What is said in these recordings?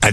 À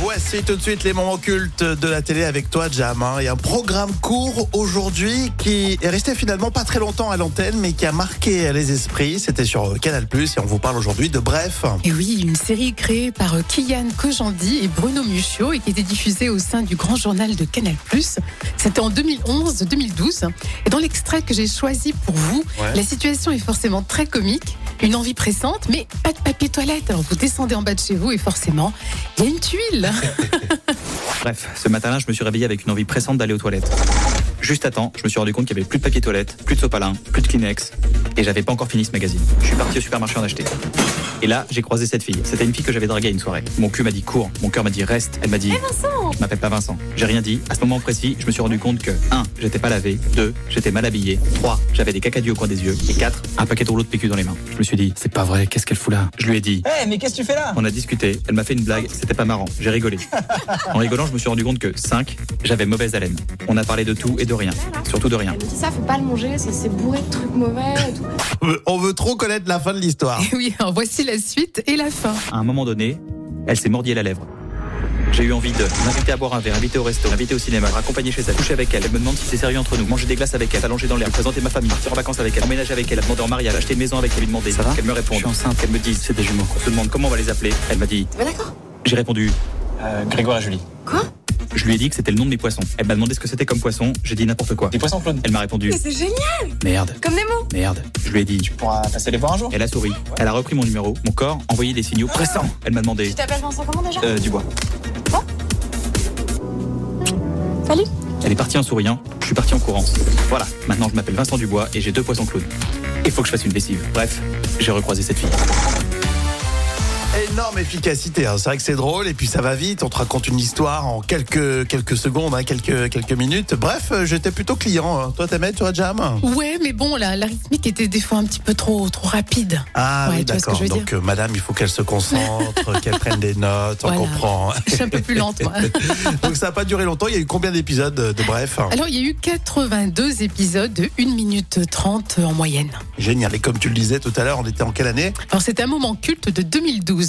Voici tout de suite les moments cultes de la télé avec toi, Jam. hein. Il y a un programme court aujourd'hui qui est resté finalement pas très longtemps à l'antenne, mais qui a marqué les esprits. C'était sur euh, Canal+, et on vous parle aujourd'hui de Bref. Et oui, une série créée par euh, Kylian Kojandi et Bruno Muccio et qui était diffusée au sein du grand journal de Canal+. C'était en 2011-2012. Et dans l'extrait que j'ai choisi pour vous, Ouais. la situation est forcément très comique, une envie pressante, mais pas de papier toilette. Alors vous descendez en bas de chez vous et forcément, il y a une tuile. Bref, ce matin-là, je me suis réveillé avec une envie pressante d'aller aux toilettes. Juste à temps, je me suis rendu compte qu'il y avait plus de papier toilette, plus de sopalin, plus de Kleenex, et j'avais pas encore fini ce magazine. Je suis parti au supermarché en acheter. Et là, j'ai croisé cette fille. C'était une fille que j'avais draguée une soirée. Mon cul m'a dit cours, mon cœur m'a dit reste. Elle m'a dit. Je m'appelle pas Vincent. J'ai rien dit. À ce moment précis, je me suis rendu compte que 1. J'étais pas lavé. 2. J'étais mal habillé. 3. J'avais des cacadus au coin des yeux. Et 4. Un paquet de rouleaux de PQ dans les mains. Je me suis dit, c'est pas vrai, qu'est-ce qu'elle fout là Je lui ai dit, Eh, mais qu'est-ce que tu fais là on a discuté, elle m'a fait une blague, c'était pas marrant, j'ai rigolé. En rigolant, je me suis rendu compte que 5, j'avais mauvaise haleine. On a parlé de tout et de rien, surtout de rien. Elle me dit ça, faut pas le manger, c'est- c'est bourré de trucs mauvais et tout. Euh, On veut trop connaître la fin de l'histoire. Et oui, alors voici la suite et la fin. À un moment donné, elle s'est mordie la lèvre. J'ai eu envie de m'inviter à boire un verre, inviter au resto, inviter au cinéma, accompagner chez elle, coucher avec elle, elle me demande si c'est sérieux entre nous, manger des glaces avec elle, s'allonger dans l'air, présenter ma famille, partir en vacances avec elle, emménager avec elle, demander en mariage, acheter une maison avec elle, lui demander ça va, qu'elle me réponde, je suis enceinte, qu'elle me dise c'est des jumeaux, on se demande comment on va les appeler, elle m'a dit Bah d'accord. J'ai répondu euh, Grégoire et Julie. Quoi Je lui ai dit que c'était le nom de mes poissons. Elle m'a demandé ce que c'était comme poisson, j'ai dit n'importe quoi. Des poissons Claude. Elle m'a répondu Mais c'est génial Merde, Comme des mots merde. Je lui ai dit. On pourra passer les voir un jour. Elle a souri. Elle a repris mon numéro. Mon corps envoyait des signaux pressants. Elle m'a demandé. Tu t'appelles Vincent comment déjà Euh, Dubois. Salut Elle est partie en souriant. Je suis parti en courant. Voilà. Maintenant, je m'appelle Vincent Dubois et j'ai deux poissons clowns. Il faut que je fasse une lessive. Bref, j'ai recroisé cette fille. Énorme efficacité, hein. c'est vrai que c'est drôle, et puis ça va vite, on te raconte une histoire en quelques, quelques secondes, hein, quelques, quelques minutes. Bref, euh, j'étais plutôt client. hein. Toi, t'aimais, toi, Jam Ouais, mais bon, la, la rythmique était des fois un petit peu trop, trop rapide. Ah Ouais, oui, tu vois ce que d'accord. je veux Donc, euh, madame, il faut qu'elle se concentre, qu'elle prenne des notes, on Voilà. comprend. Je suis un peu plus lente, moi. Donc ça n'a pas duré longtemps. Il y a eu combien d'épisodes de de Bref Alors, il y a eu 82 épisodes de 1 minute 30 en moyenne. Génial. Et comme tu le disais tout à l'heure, on était en quelle année Alors, c'est un moment culte de 2012.